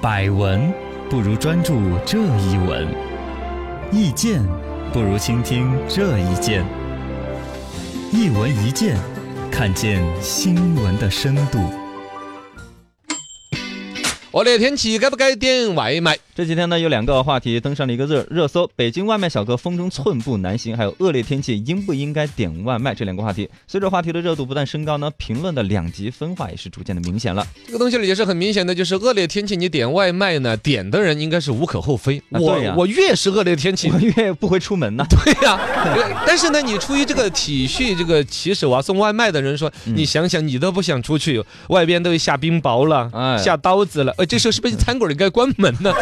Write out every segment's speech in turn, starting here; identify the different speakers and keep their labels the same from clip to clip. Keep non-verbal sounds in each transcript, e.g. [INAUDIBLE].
Speaker 1: 百闻不如专注这一闻，意见不如倾听这一见。一闻一见，看见新闻的深度。
Speaker 2: 恶劣天气该不该点外卖？
Speaker 3: 这几天呢，有两个话题登上了一个热热搜：北京外卖小哥风中寸步难行，还有恶劣天气应不应该点外卖这两个话题。随着话题的热度不断升高呢，评论的两极分化也是逐渐的明显 [LAUGHS] 了。
Speaker 2: 这个东西里也是很明显的，就是恶劣天气你点外卖呢，点的人应该是无可厚非。
Speaker 3: 啊
Speaker 2: 我
Speaker 3: 对呀
Speaker 2: 我越是恶劣天
Speaker 3: [LAUGHS]
Speaker 2: 气
Speaker 3: 我，越不会出门 [LAUGHS] 呢，
Speaker 2: 对呀、呃但是呢，你出于这个体恤，这个骑手啊，送外卖的人说，
Speaker 3: 嗯
Speaker 2: 你想想，你都不想出去，外边都下冰雹了，
Speaker 3: 哎
Speaker 2: 下刀子了，呃，这时候是不是餐馆应该关门
Speaker 3: [LAUGHS]
Speaker 2: 呢？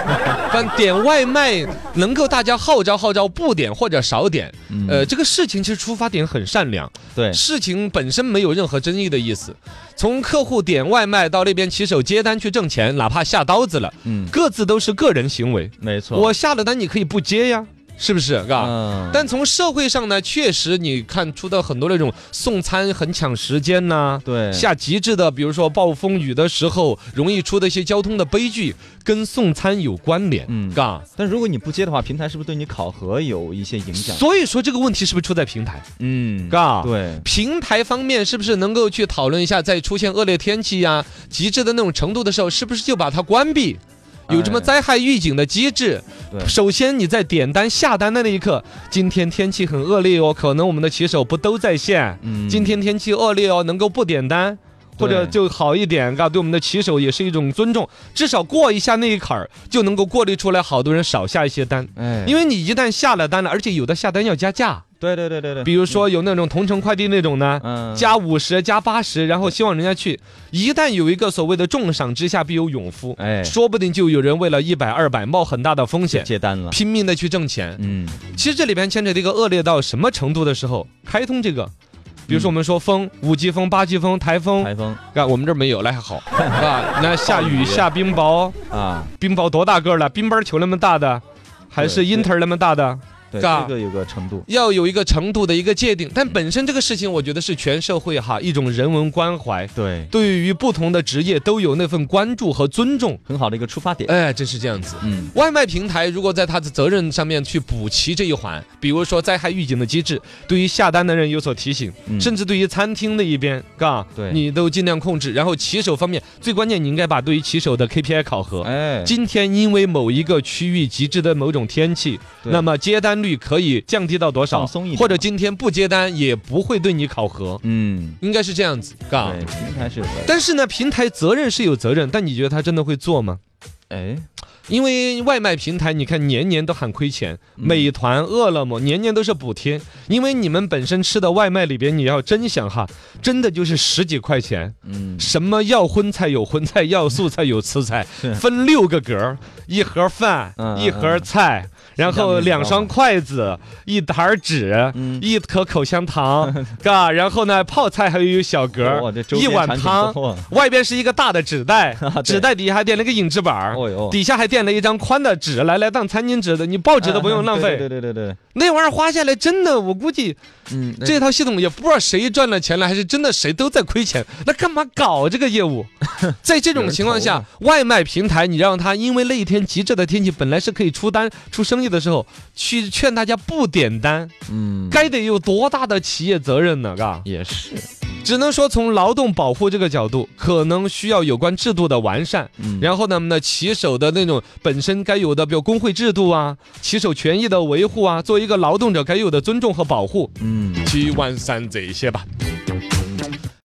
Speaker 2: 但点外卖能够大家号召号召不点或者少点，
Speaker 3: 嗯
Speaker 2: 呃，这个事情其实出发点很善良，
Speaker 3: 对，
Speaker 2: 事情本身没有任何争议的意思。从客户点外卖到那边骑手接单去挣钱，哪怕下刀子了，
Speaker 3: 嗯，
Speaker 2: 各自都是个人行为。
Speaker 3: 没错，
Speaker 2: 我下了单，你可以不接呀，是不是？嘎、
Speaker 3: 嗯，
Speaker 2: 但从社会上呢，确实你看出的很多那种送餐很抢时间呐、
Speaker 3: 对，
Speaker 2: 下极致的，比如说暴风雨的时候，容易出的一些交通的悲剧，跟送餐有关联，
Speaker 3: 嗯
Speaker 2: 嘎。
Speaker 3: 但如果你不接的话，平台是不是对你考核有一些影响？
Speaker 2: 所以说这个问题是不是出在平台，
Speaker 3: 嗯，
Speaker 2: 嘎？。
Speaker 3: 对，
Speaker 2: 平台方面是不是能够去讨论一下，在出现恶劣天气呀、极致的那种程度的时候，是不是就把它关闭？有什么
Speaker 3: 哎
Speaker 2: 灾害预警的机制？
Speaker 3: 对
Speaker 2: 首先你在点单下单的那一刻，今天天气很恶劣哦，可能我们的骑手不都在线。
Speaker 3: 嗯
Speaker 2: 今天天气恶劣哦，能够不点单。或者
Speaker 3: 对
Speaker 2: 就好一点，嘎，对我们的骑手也是一种尊重，至少过一下那一坎儿，就能够过滤出来好多人少下一些单，
Speaker 3: 哎，
Speaker 2: 因
Speaker 3: 为
Speaker 2: 为你一旦下了单了，而且有的下单要加价，
Speaker 3: 对对对对对，
Speaker 2: 比如说有那种同城快递那种呢，
Speaker 3: 嗯，
Speaker 2: 加五十加八十，然后希望人家去。一旦有一个所谓的重赏之下必有勇夫，
Speaker 3: 哎，
Speaker 2: 说不定就有人为了一百二百冒很大的风险，
Speaker 3: 接单了，
Speaker 2: 拼命的去挣钱。
Speaker 3: 嗯，
Speaker 2: 其实这里边牵扯这个恶劣到什么程度的时候，开通这
Speaker 3: 嗯
Speaker 2: 个。比如说，我们说风，五级风、八级风、台风，
Speaker 3: 台风
Speaker 2: 啊，我们这儿没有，那还
Speaker 3: [LAUGHS]
Speaker 2: 好，啊，那下雨、下冰雹，
Speaker 3: 啊，
Speaker 2: 冰雹多大个儿了？冰雹球那么大的，还是
Speaker 3: 对对
Speaker 2: 英特尔那么大的？
Speaker 3: 对，
Speaker 2: 嘎
Speaker 3: 这个有个程度，
Speaker 2: 要有一个程度的一个界定。但本身这个事情，我觉得是全社会哈一种人文关怀，
Speaker 3: 对，
Speaker 2: 对于不同的职业都有那份关注和尊重。
Speaker 3: 很好的一个出发点，
Speaker 2: 哎，真是这样子。
Speaker 3: 嗯，
Speaker 2: 外卖平台如果在它的责任上面去补齐这一环，比如说灾害预警的机制，对于下单的人有所提醒，
Speaker 3: 嗯
Speaker 2: 甚至对于餐厅那一边，嘎，
Speaker 3: 对
Speaker 2: 你都尽量控制。然后骑手方面，最关键你应该把对于骑手的 KPI 考核，
Speaker 3: 哎，
Speaker 2: 今天因为某一个区域极致的某种天气，
Speaker 3: 对
Speaker 2: 那么接单率可以降低到多少？
Speaker 3: 放松一点
Speaker 2: 或者今天不接单也不会对你考核，
Speaker 3: 嗯，
Speaker 2: 应该是这样子，嘎。
Speaker 3: 对，平台是有的，
Speaker 2: 但是呢，平台责任是有责任，但你觉得他真的会做吗？
Speaker 3: 哎，
Speaker 2: 因为外卖平台，你看年年都喊亏钱，美团、饿了么年年都是补贴，因为你们本身吃的外卖里边，你要真想哈，真的就是十几块钱，
Speaker 3: 嗯，
Speaker 2: 什么要荤菜有荤菜，要素菜有素菜，分六个格儿，一盒饭
Speaker 3: 嗯，
Speaker 2: 一盒菜，然后两双筷子，一沓纸
Speaker 3: 嗯。
Speaker 2: 一颗口香糖， [LAUGHS] 嘎，然后呢，泡菜还有一小格儿
Speaker 3: 哇哦这，周
Speaker 2: 一
Speaker 3: 边
Speaker 2: 碗
Speaker 3: 产品 [LAUGHS]
Speaker 2: 汤
Speaker 3: 多啊，
Speaker 2: 外边是一个大的纸袋
Speaker 3: [LAUGHS] 啊对，
Speaker 2: 纸袋底下还垫了个影制板儿，
Speaker 3: 哦哟，
Speaker 2: 底下还垫了一张宽的纸，来来当餐巾纸的，你报纸都不用浪
Speaker 3: 嗯对
Speaker 2: 费。
Speaker 3: 对对对对，
Speaker 2: 那玩意儿花下来，真的，我估计
Speaker 3: 嗯，
Speaker 2: 这套系统也不知道谁赚了钱了，还是真的谁都在亏
Speaker 3: [LAUGHS]
Speaker 2: 钱。那干嘛搞这个业务？在这种情况
Speaker 3: 有
Speaker 2: 下，外卖平台你让他因为那一天极致的天气本来是可以出单出生意的时候，去劝大家不点单，
Speaker 3: 嗯，
Speaker 2: 该得有多大的企业责任呢？嘎，
Speaker 3: 也是，
Speaker 2: 只能说从劳动保护这个角度，可能需要有关制度的完善。
Speaker 3: 嗯，
Speaker 2: 然后呢，那骑手的那种本身该有的，比如工会制度啊、骑手权益的维护啊，作为一个劳动者该有的尊重和保护，
Speaker 3: 嗯。
Speaker 2: 去完善这些吧。